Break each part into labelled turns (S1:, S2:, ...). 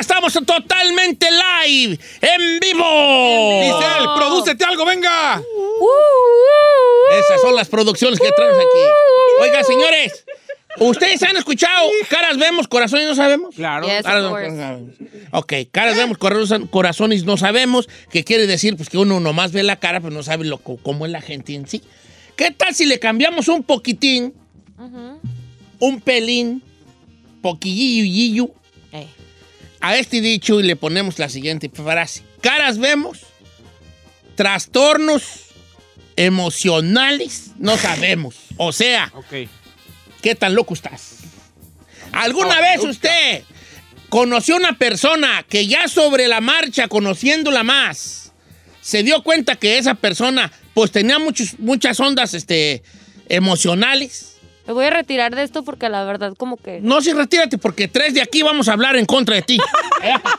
S1: Estamos totalmente live, en vivo. Oh. Uh.
S2: Giselle, prodúcete algo, venga.
S1: Esas son las producciones que traemos
S2: Uh.
S1: aquí. Oiga, señores, ¿ustedes han escuchado caras vemos, corazones no sabemos?
S2: Claro.
S3: Yes,
S1: Caras
S3: of
S1: vemos,
S3: course.
S1: corazones no sabemos. Ok, caras vemos, corazones- corazones no sabemos, que quiere decir pues que uno nomás ve la cara, pero no sabe lo, cómo es la gente en sí. ¿Qué tal si le cambiamos un poquitín,
S3: Ujú.
S1: un pelín, poquillillo,
S3: Ey.
S1: a este dicho y le ponemos la siguiente frase. Caras vemos, trastornos emocionales no sabemos. O sea,
S2: Ok.
S1: ¿qué tan loco estás? ¿Alguna vez usted conoció una persona que ya sobre la marcha, conociéndola más, se dio cuenta que esa persona pues tenía muchos, muchas ondas este, emocionales?
S3: Me voy a retirar de esto porque la verdad como que...
S1: No, sí, retírate, porque tres de aquí vamos a hablar en contra de ti.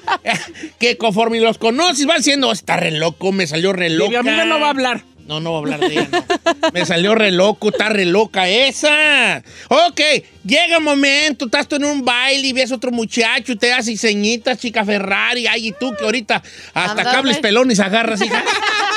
S1: que conforme los conoces van siendo, está re loco, me salió re
S2: Y
S1: loca.
S2: a mí me no va a hablar.
S1: No, no voy a hablar de ella, no. Me salió re loco, está re loca esa. Ok, llega un momento, estás tú en un baile y ves otro muchacho, te das diseñitas, chica Ferrari, ay, y tú que ahorita hasta
S3: Ándale.
S1: cables pelones agarras, hija,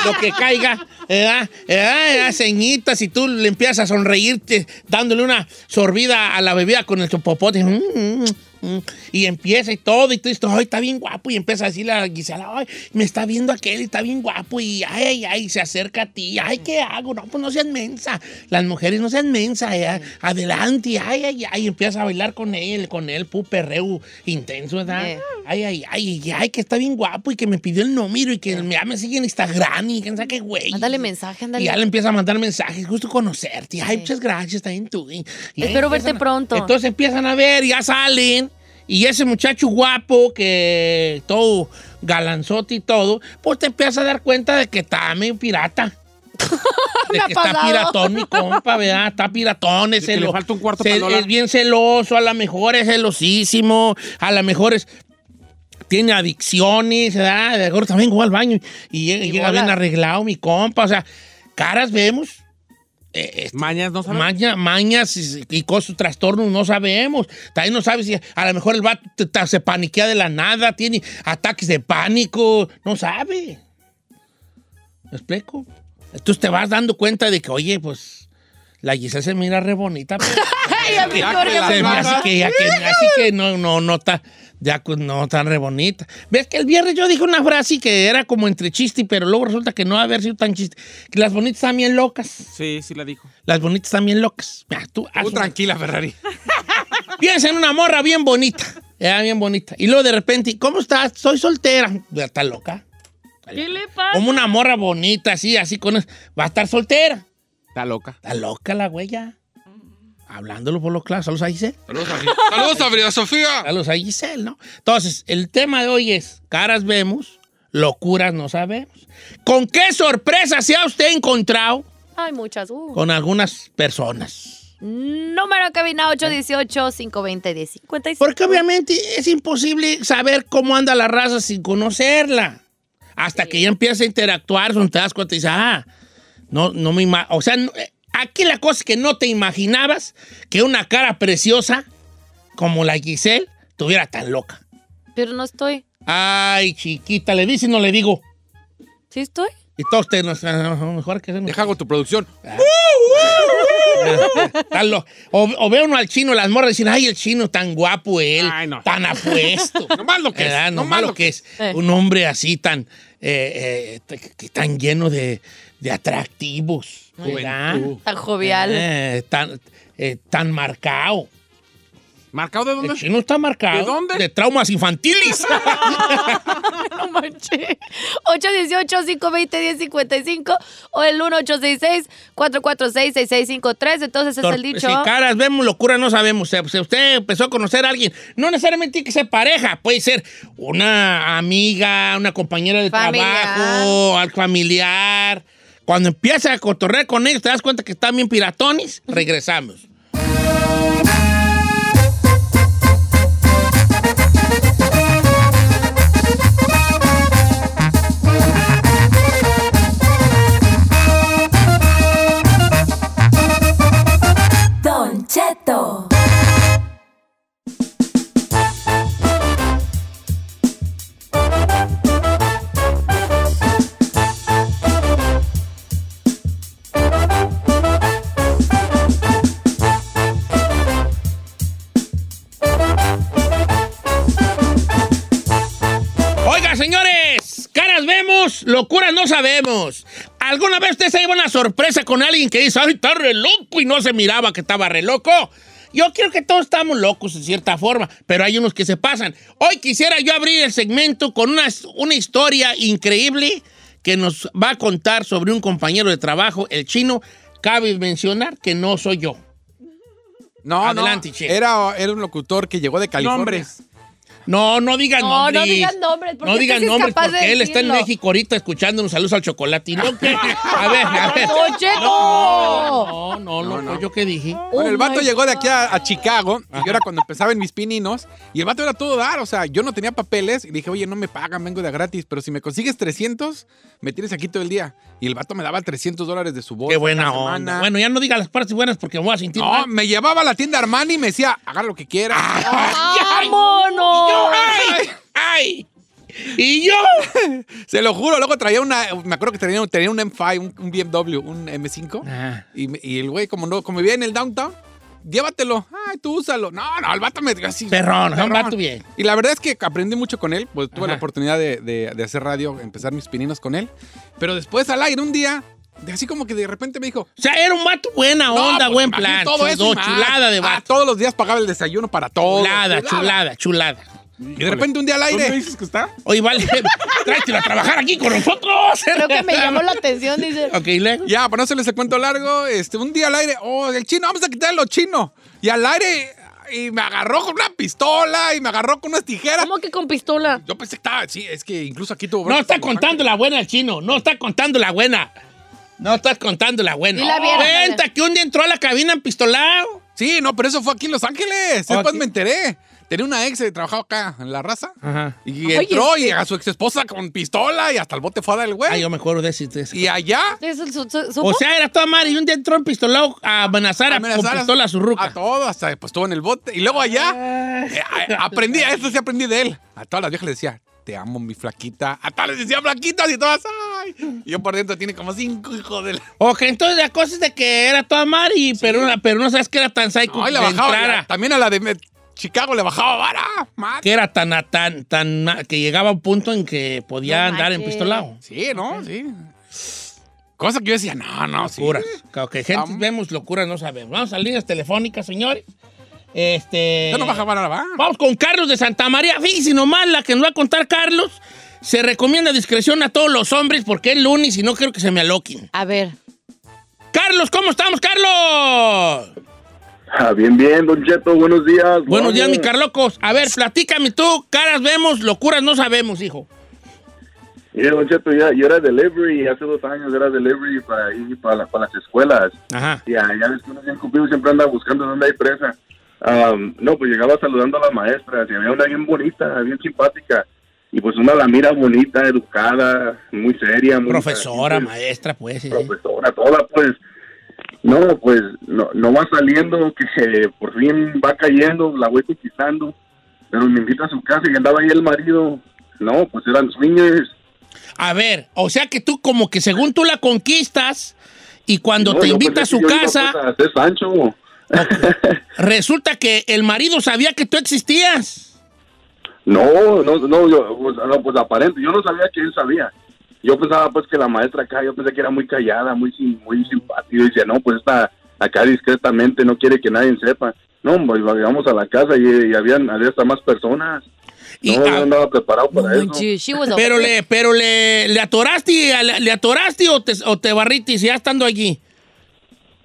S1: lo que caiga, ¿verdad? ¿verdad? ¿verdad? Ceñitas y tú le empiezas a sonreírte dándole una sorbida a la bebida con el popote. Mm, mm, mm. Y empieza y todo, y tú dices, ay, está bien guapo, y empieza a decirle a Gisela, ay, me está viendo aquel, está bien guapo, y ay, ay, ay, se acerca a ti, ay, ¿qué hago? No, pues no seas mensa, las mujeres no sean mensa, eh, adelante, ay, ay, ay, y empieza a bailar con él, con él, pu, perreo intenso, ¿verdad?
S3: Eh.
S1: Ay, ay, ay, y ay, que está bien guapo, y que me pidió el número, y que me, ya me sigue en Instagram, y que no sé qué güey.
S3: Ándale mensaje, ándale.
S1: Y ya le empieza a mandar mensajes, gusto conocerte. Ay,
S3: Sí.
S1: muchas gracias, también tú. Y ya
S3: Espero verte
S1: empiezan a-
S3: pronto.
S1: Entonces empiezan a ver, ya salen. Y ese muchacho guapo que todo galanzote y todo, pues te empiezas a dar cuenta de que está medio pirata. De
S3: ha
S1: que está
S3: pasado.
S1: piratón, mi compa, ¿verdad? Está piratón, es
S2: De que le
S1: celo-
S2: falta un cuarto
S1: cel-
S2: para el dólar.
S1: Es bien celoso, a lo mejor es celosísimo, a lo mejor es tiene adicciones, ¿verdad? De acuerdo, también va al baño y llega,
S3: Y
S1: llega
S3: bola.
S1: bien arreglado mi compa. O sea, caras vemos. eh, este,
S2: Mañas, no sabes.
S1: maña- mañas y, y cosas, trastornos, no sabemos. También no sabes si a lo mejor el vato te- te- se paniquea de la nada, tiene ataques de pánico, no sabe. ¿Me explico? Entonces te vas dando cuenta de que, oye, pues la Giselle se mira re bonita, pero...
S3: Ay, a mí
S2: Ya
S3: corre
S2: que
S3: la
S2: la
S1: Se me hace
S3: mamá.
S1: que ya que así que no, no, no está, ya cu- no tan re bonita. Ves que el viernes yo dije una frase que era como entre chiste, pero luego resulta que no va a haber sido tan chiste. Que las bonitas están bien locas.
S2: Sí, sí la dijo.
S1: Las bonitas están bien locas. Mira, tú, haz
S2: Tú
S1: una-
S2: tranquila, Ferrari.
S1: piensa en una morra bien bonita. Ya, bien bonita. Y luego de repente, ¿cómo estás? Soy soltera. Ya Está loca.
S3: ¿Qué le pasa?
S1: Como una morra bonita, así, así con eso. Va a estar soltera.
S2: Está loca.
S1: Está loca la huella. Hablándolo por lo claro. Saludos a Giselle.
S2: Saludos a Saludos a Frida Sofía.
S1: Saludos a Giselle, ¿no? Entonces, el tema de hoy es caras vemos, locuras no sabemos. ¿Con qué sorpresa se ha usted encontrado
S3: Ay, muchas. uh.
S1: con algunas personas?
S3: Número en cabina
S1: ¿Eh?
S3: 818-520-1055.
S1: Porque obviamente es imposible saber cómo anda la raza sin conocerla. Hasta que ya empieza a interactuar, son te das cuenta y dices, ah, no, no me ima- O sea, no- eh, aquí la cosa es que no te imaginabas que una cara preciosa como la Giselle tuviera tan loca.
S3: Pero no estoy.
S1: Ay, chiquita, le dice y no le digo.
S3: ¿Sí estoy?
S1: Y todos te nos mejor que se nos-
S2: Deja con tu producción.
S1: Tan lo- o, o ve uno al chino, las morras dicen, ay, el chino tan guapo él,
S2: Ay, no.
S1: tan apuesto.
S2: Nomás lo que es,
S1: ¿Verdad? Nomás
S2: nomás lo
S1: ah, lo que es.
S3: Eh.
S1: Un hombre así tan, eh, eh, t- que tan lleno de, de atractivos, ¿verdad?
S2: Juventud.
S3: Tan jovial.
S1: Eh, tan, eh, tan marcado.
S2: ¿Marcado de
S1: El
S2: dónde?
S1: chino está marcado.
S2: ¿De dónde?
S1: De traumas infantiles.
S3: No manches. 818-520-1055 o el 1866-446-6653. Entonces es el
S1: Tor-
S3: dicho.
S1: Si caras vemos, locura no sabemos. Se- Si usted empezó a conocer a alguien, no necesariamente tiene que ser pareja, puede ser una amiga, una compañera de
S3: Familiar.
S1: trabajo, al familiar. Cuando empieza a cotorrear con ellos, te das cuenta que están bien piratones, regresamos.
S4: Don Cheto.
S1: ¡Tus locuras no sabemos! ¿Alguna vez usted se lleva una sorpresa con alguien que dice, ay, está re loco y no se miraba que estaba re loco? Yo creo que todos estamos locos de cierta forma, pero hay unos que se pasan. Hoy quisiera yo abrir el segmento con una, una historia increíble que nos va a contar sobre un compañero de trabajo, el chino. Cabe mencionar que no soy yo.
S2: No,
S1: Adelante,
S2: no.
S1: che.
S2: Era, era un locutor que llegó de California.
S4: Nombres.
S1: No, no digan
S3: No,
S1: nombres.
S3: no digan nombres, porque
S1: No digan
S3: este sí es
S1: nombres
S3: capaz de
S1: porque él está en
S3: decirlo.
S1: México ahorita escuchando un saludos al chocolate. No, que- a ver, a ver.
S3: No, che,
S1: No, no, no,
S2: No, no.
S1: no, yo qué dije.
S2: Bueno,
S3: Oh
S2: el vato
S3: my
S2: llegó de aquí a, a Chicago y yo era cuando empezaba en mis pininos y el vato era todo dar, o sea, yo no tenía papeles y dije, oye, no me pagan, vengo de a gratis, pero si me consigues 300, me tienes aquí todo el día. Y el vato me daba 300 dólares de su bolsa.
S1: Qué buena
S2: cada
S1: onda.
S2: semana.
S1: Bueno, ya no diga las partes buenas porque me voy a sentir
S2: No,
S1: mal.
S2: me llevaba a la tienda Armani y me decía, haga lo que quiera.
S1: Ah.
S3: ¡Vámonos!
S1: ¡Ay! ¡Ay! ¿Y yo?
S2: Se lo juro, luego traía una, me acuerdo que tenía, tenía un M5, un, un BMW, un M5.
S1: Ah.
S2: Y, me- y el güey, como no, como vivía en el downtown, llévatelo. Ay, tú úsalo. No, no, el vato me dio así.
S1: Perrón, un vato bien.
S2: Y la verdad es que aprendí mucho con él. Pues tuve
S1: Ajá.
S2: la oportunidad de, de- de hacer radio, empezar mis pininos con él. Pero después al aire, un día, de así como que de repente me dijo.
S1: O sea, era un vato buena
S2: no,
S1: onda,
S2: pues,
S1: buen
S2: imagínate
S1: plan.
S2: todo eso y
S1: Chudo,
S2: más.
S1: chulada de
S2: Ah,
S1: vato.
S2: todos los días pagaba el desayuno para todos.
S1: chulada, chulada, chulada.
S2: Y de repente un día al
S4: ¿Dónde
S2: aire.
S4: dices que está?
S1: Oye, vale, tráetelo a trabajar aquí con nosotros.
S3: Creo que me llamó la atención, dice.
S1: Ok, ¿y luego.
S2: Ya, para no hacerles el cuento largo, este, un día al aire, oh, el chino, vamos a quitarle lo chino. Y al aire, y me agarró con una pistola, y me agarró con unas tijeras.
S3: ¿Cómo que con pistola?
S2: Yo pensé que estaba, sí, es que incluso aquí tuvo...
S1: No está contando la buena el chino, no está contando la buena. No estás contando la buena.
S3: Y la vieron,
S1: Cuenta
S3: dale.
S1: que un día entró a la cabina empistolado.
S2: Sí, no, pero eso fue aquí en Los Ángeles.
S1: Ah,
S2: Después
S1: sí. Ah.
S2: me enteré. Tenía una ex que trabajaba acá en la raza.
S1: Ajá.
S2: Y
S3: Oye,
S2: entró y
S1: este
S3: sí.
S2: a su ex esposa con pistola y hasta el bote fue a dar el
S1: Ah,
S2: güey.
S1: yo me acuerdo de ese. de ese.
S2: Y allá.
S3: ¿Eso su- su- supo?
S1: O sea, era toda madre y un día entró empistolado a amenazar, a-
S2: amenazar
S1: con pistola a su ruca. Ah.
S2: A todo, hasta pues estuvo en el bote. Y luego allá. eh, a- aprendí, a esto sí aprendí de él. A todas las viejas le decía, te amo, mi flaquita. A todas les decía flaquitas y todas, ay. Y yo por dentro tiene como cinco hijos de la.
S1: Ok, entonces la cosa es de que era toda madre, y- pero, pero no sabes que era tan psycho
S2: Ay,
S1: que
S2: la bajaba.
S1: entrara,
S2: ya. También a la de me- Chicago le bajaba vara. madre.
S1: que era tan, tan, tan, ma- que llegaba a un punto en que podía
S3: No
S1: andar
S3: manches.
S1: empistolado.
S2: Sí, ¿no? Sí. Cosa que yo decía, no, no, sí.
S1: Locuras. Claro, que gente
S2: Am-
S1: vemos locuras, no sabemos. Vamos a líneas telefónicas, señores. Este.
S2: Yo no bajaba nada, va.
S1: Vamos con Carlos de Santa María. Fíjese nomás la que nos va a contar Carlos. Se recomienda discreción a todos los hombres porque es lunes y no quiero que se me aloquen.
S3: A ver.
S1: Carlos, ¿cómo estamos, Carlos?
S5: Ah, bien, bien, Don Cheto, buenos días.
S1: Buenos días, mi
S5: Carlos.
S1: Carlocos. A ver, platícame tú. Caras vemos, locuras no sabemos, hijo.
S5: Mire, Don Cheto, ya- yo, era delivery, hace dos años era delivery para ir para, la- para las escuelas.
S1: Ajá.
S5: Ya, ya ves que uno bien cumplido siempre anda buscando dónde hay presa. Am, no, pues llegaba saludando a la maestra, y había una bien bonita, bien simpática. Y pues una la mira bonita, educada, muy seria. Muy
S1: Profesora,
S5: maestra.
S1: maestra, pues. sí, sí.
S5: profesora, toda, pues. No, pues no, no va saliendo, que se- por fin va cayendo, la voy conquistando. Pero me invita a su casa y andaba ahí el marido. No, pues eran swingers.
S1: A ver, o sea que tú como que según tú la conquistas y cuando
S5: No,
S1: te
S5: yo
S1: invita a
S5: pensé
S1: su
S5: que yo iba,
S1: casa,
S5: pues, a ser Sancho.
S1: resulta que el marido sabía que tú existías.
S5: No, no, no, yo, pues, no, pues, aparente. Yo no sabía que él sabía. Yo pensaba, pues, que la maestra acá, yo pensé que era muy callada, muy, sim- muy simpática. Yo decía, no, pues, está acá discretamente, no quiere que nadie sepa. No, pues, llegamos a la casa y, y habían, había hasta más personas.
S1: Y
S5: no,
S1: a-
S5: yo andaba preparado para eso.
S3: She- she was a-
S1: Pero le, pero le, le atoraste, le, le atoraste o te, o te barriste ya estando allí.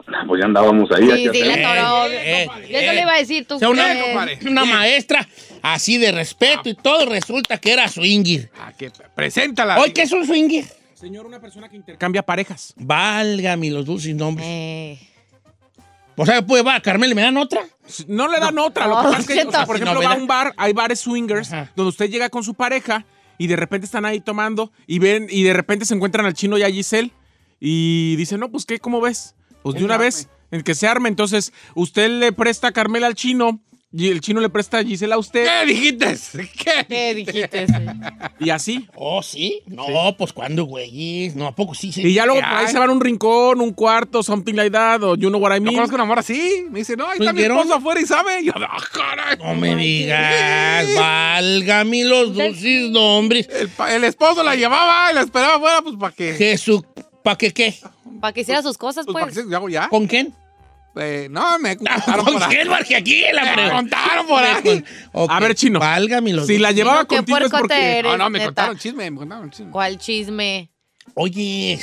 S5: Ah, Pues ya andábamos ahí.
S3: Sí,
S5: aquí
S3: sí,
S5: atrás.
S3: la atoró.
S1: Eh, eh,
S3: Yo eso
S1: eh.
S3: le iba a decir, tú.
S1: O sea, una,
S3: crees.
S2: compadre.
S1: una maestra así de respeto y todo, resulta que era swingir.
S2: Ah, que preséntala.
S1: Hoy, ¿qué es un swingir?
S2: Señor, una persona que intercambia parejas.
S1: Válgame los dulces nombres.
S3: Eh,
S1: O sea, pues va, Carmel, ¿me dan otra?
S4: No le dan otra. Lo
S3: No,
S4: que pasa es que, o sea,
S3: siento.
S4: por
S1: Sí,
S4: ejemplo,
S1: no,
S4: va a
S1: ¿verdad?
S4: un bar, hay bares swingers,
S1: Ajá.
S4: donde usted llega con su pareja y de repente están ahí tomando y ven, y de repente se encuentran al chino y a Giselle y dicen, no, pues qué, ¿cómo ves? Pues de una vez, en que se arme. Entonces, usted le presta a Carmela al chino. y el chino le presta a Gisela a usted
S2: ¿Qué dijiste? ¿Qué?
S3: ¿Qué dijiste? ese?
S4: y así.
S1: Oh, sí. No, pues cuando, güey. No, ¿a poco sí? sí?
S4: Y ya luego por ahí se van a un rincón, un cuarto, something like that, o you know what I
S2: No
S4: mean.
S2: conozco una morra así. Me dice, no, ahí
S1: ¿Pues
S2: está mi
S1: vieron?
S2: esposo afuera y sabe. Y yo, ah, caray.
S1: No me digas, válgame los dulces nombres.
S2: El, pa- el esposo la llevaba y la esperaba afuera, pues para que.
S1: Jesús, ¿pa' qué qué?
S3: Para que hiciera sus cosas,
S2: Pues, para que
S3: pues.
S2: se hago ya.
S1: ¿Con quién?
S2: Eh, no, me contaron
S1: ¿Con
S2: por ahí.
S1: quién? Porque aquí la
S2: Me
S1: pregunta.
S2: contaron por ahí.
S1: Ok,
S4: A ver, chino.
S1: Válgame los
S4: Si la llevaba
S3: No, qué
S4: contigo es
S3: puerco
S4: porque...
S3: te eres,
S2: No, no, me
S3: neta.
S2: contaron chisme, me contaron chisme.
S3: ¿Cuál chisme?
S1: Oye.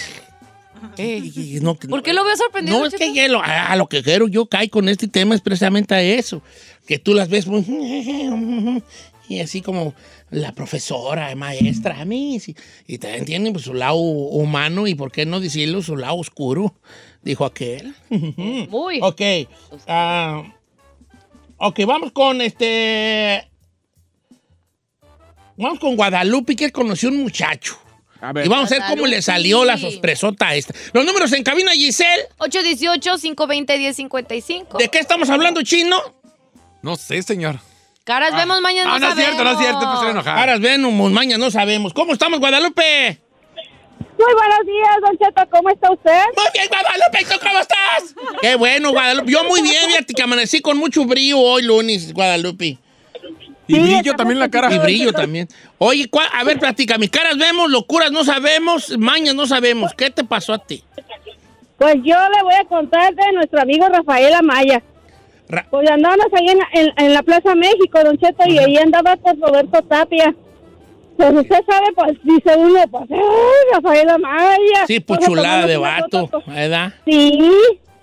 S3: Eh.
S1: No,
S3: ¿Por qué lo veo sorprendido?
S1: No, es que
S3: Cheto?
S1: hielo. A, a lo que quiero yo cae con este tema es precisamente a eso. Que tú las ves muy... Y así como la profesora, maestra, a mí. sí. Y también tiene pues, su lado humano y, ¿por qué no decirlo, su lado oscuro? Dijo aquel.
S3: Muy.
S1: Mm. Ok. ah, ok, vamos con este... Vamos con Guadalupe, que conoció un muchacho.
S4: A
S1: Y
S4: ver,
S1: vamos a ver cómo le salió la sorpresota esta. Los números en cabina, Giselle.
S3: 818-520-1055.
S1: ¿De qué estamos hablando, chino?
S2: No sé, señor.
S3: Caras
S1: Ah.
S3: vemos mañana.
S2: No, no es cierto, no es cierto. Pues era
S3: sabemos.
S2: enojada.
S1: Ahora venimos, mañana no sabemos. ¿Cómo estamos, Guadalupe?
S6: Muy buenos días, Don Cheto, ¿cómo está usted?
S1: Muy bien, Guadalupe, ¿y ¿tú cómo estás? Qué bueno, Guadalupe. Yo muy bien, fíjate que amanecí con mucho brillo hoy lunes, Guadalupe.
S4: y
S6: Sí,
S4: brillo
S6: estamos
S4: también la cara.
S1: Y brillo también. Oye, ¿cuál- a ver, platica. Mis caras vemos, locuras no sabemos, mañas no sabemos. ¿Qué te pasó a ti?
S6: Pues yo le voy a contar de nuestro amigo Rafael Amaya.
S1: Ra-
S6: Pues andábamos ahí en la, en- en la Plaza México, Don Cheto, y ahí andaba pues Roberto Tapia. Pues usted sabe, pues dice uno, pues, ¡ay, Rafael Amaya!
S1: sí,
S6: Pues,
S1: puchulada de
S6: tomamos una
S1: vato,
S6: foto con-
S1: ¿verdad?
S6: Sí,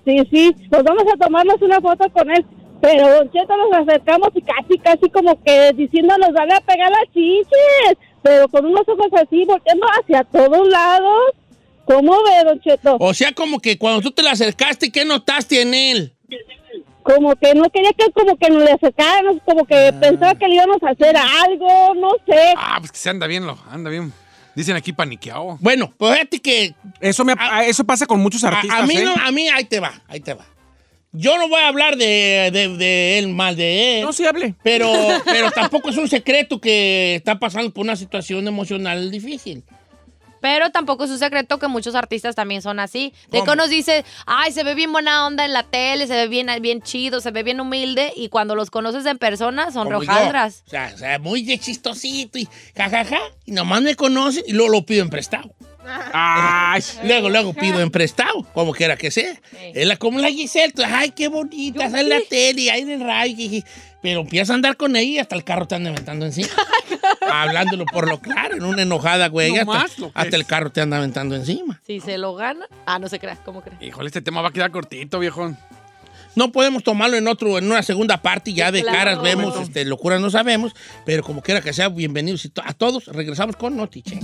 S6: sí, sí, pues vamos a tomarnos una foto con él. Pero Don Cheto nos acercamos y casi, casi como que diciéndonos, dale a pegar las chiches. Pero con unos ojos así, volteando hacia todos lados. ¿Cómo ve, Don Cheto?
S1: O sea, como que cuando tú te le acercaste, ¿qué notaste en él?
S6: como que no quería que como que nos le acercáramos, como que
S1: Ah.
S6: pensaba que le íbamos a hacer algo, no sé.
S2: Ah, pues que se anda bien, lo, anda bien. Dicen aquí paniqueado.
S1: Bueno, pues fíjate que
S4: Eso, me, ah, eso pasa con muchos
S1: A-
S4: artistas.
S1: A, mí
S4: ¿eh?
S1: no, a mí ahí te va, ahí te va. Yo no voy a hablar de, de, de él mal de él,
S4: No se hable.
S1: pero, pero tampoco es un secreto que está pasando por una situación emocional difícil.
S3: Pero tampoco es un secreto que muchos artistas también son así. De
S1: ¿Cómo?
S3: que nos dice, ay, se ve bien buena onda en la tele, se ve bien, bien chido, se ve bien humilde. Y cuando los conoces en persona, son
S1: como
S3: rojaldras.
S1: yo. O sea, o sea, muy de chistosito y jajaja, y nomás me conocen y luego lo pido en prestado.
S4: Ay,
S1: Luego, luego pido en prestado, como quiera que sea. Es la, como la Giselle, tú, ay, qué bonita, sale en la tele, ahí en el radio, jiji. pero empieza a andar con ella y hasta el carro te anda aventando encima. Hablándolo por lo claro, en una enojada, güey.
S2: No
S1: hasta
S2: más lo que
S1: hasta el
S2: es.
S1: carro te anda aventando encima.
S3: Si se lo gana. Ah, no se crea, ¿cómo crees?
S2: Híjole, este tema va a quedar cortito, viejón.
S1: No podemos tomarlo en otro, en una segunda parte, ya de
S3: Claro.
S1: caras vemos, este, locura no sabemos, pero como quiera que sea, bienvenidos y to- a todos. Regresamos con Notiche.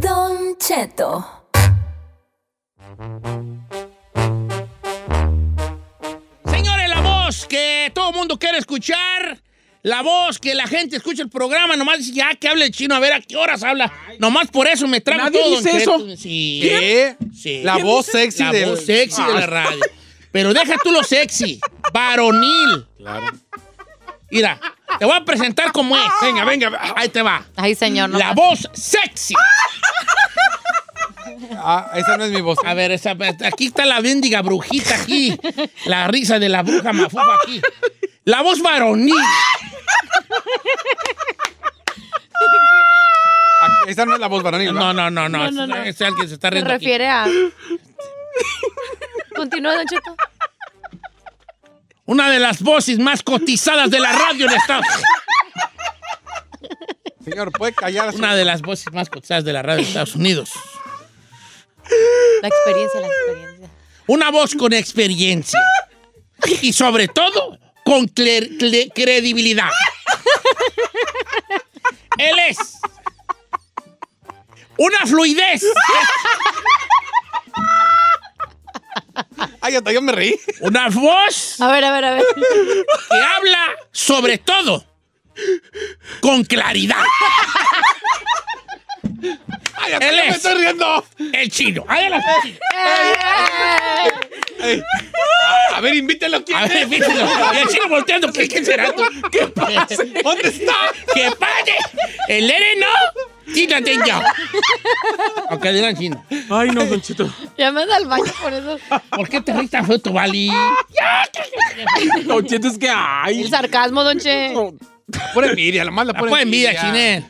S7: Don Cheto.
S1: Señores, la voz que todo mundo quiere escuchar. La voz que la gente escucha el programa, nomás dice, ya que hable el chino, a ver a qué horas habla. Nomás por eso me trago
S4: Nadie
S1: todo. don
S4: dice
S1: Cheto.
S4: eso.
S1: Sí.
S2: ¿Qué?
S1: Sí.
S2: La voz sexy
S1: La
S2: del-
S1: voz sexy de la
S2: Ah.
S1: radio. Pero deja tú lo sexy, varonil.
S2: Claro.
S1: Mira, te voy a presentar cómo es.
S2: Venga, venga.
S1: Ahí te va.
S3: Ay, señor, no.
S1: La voz sexy.
S2: Ah, esa no es mi voz.
S1: A ver, esa- aquí está la bendiga brujita aquí. La risa de la bruja mafufa aquí. La voz varonil.
S2: Ah, Esa no es la voz varonil.
S1: No,
S2: ¿va?
S1: no, no, no.
S3: no, no.
S1: Es alguien que se está
S3: se
S1: riendo. aquí.
S3: refiere a. Continúa, Don Cheto.
S1: Una de las voces más cotizadas de la radio en Estados
S2: Señor, puede callar a su...
S1: Una de las voces más cotizadas de la radio en Estados Unidos.
S3: La experiencia, la experiencia.
S1: Una voz con experiencia. Y sobre todo, con cler- cle- credibilidad. Él es una fluidez,
S2: Ay, hasta yo me reí.
S1: una voz
S3: A ver, a ver, a ver.
S1: que habla sobre todo. con claridad.
S2: Ay,
S1: Él
S2: yo
S1: es.
S2: me estoy riendo.
S1: El chino. Adelante.
S2: A ver, invítelo aquí.
S1: A ver, fíjelo. Y el chino volteando. ¿Qué, quién será tú? ¿Qué pase?
S2: ¿Dónde está?
S1: ¡Que pase! ¡El Ere no! ¡Quítate ya! Ok, dirán chino.
S4: Ay, no, Don Cheto.
S3: Ya me da el baño por eso.
S1: ¿Por qué te ríes tan feo, tu Bali?
S4: Don Cheto, es que
S3: El
S4: ay.
S3: sarcasmo, don Che.
S2: Por Ah, envidia, la mala
S1: La pura envidia, Chinel.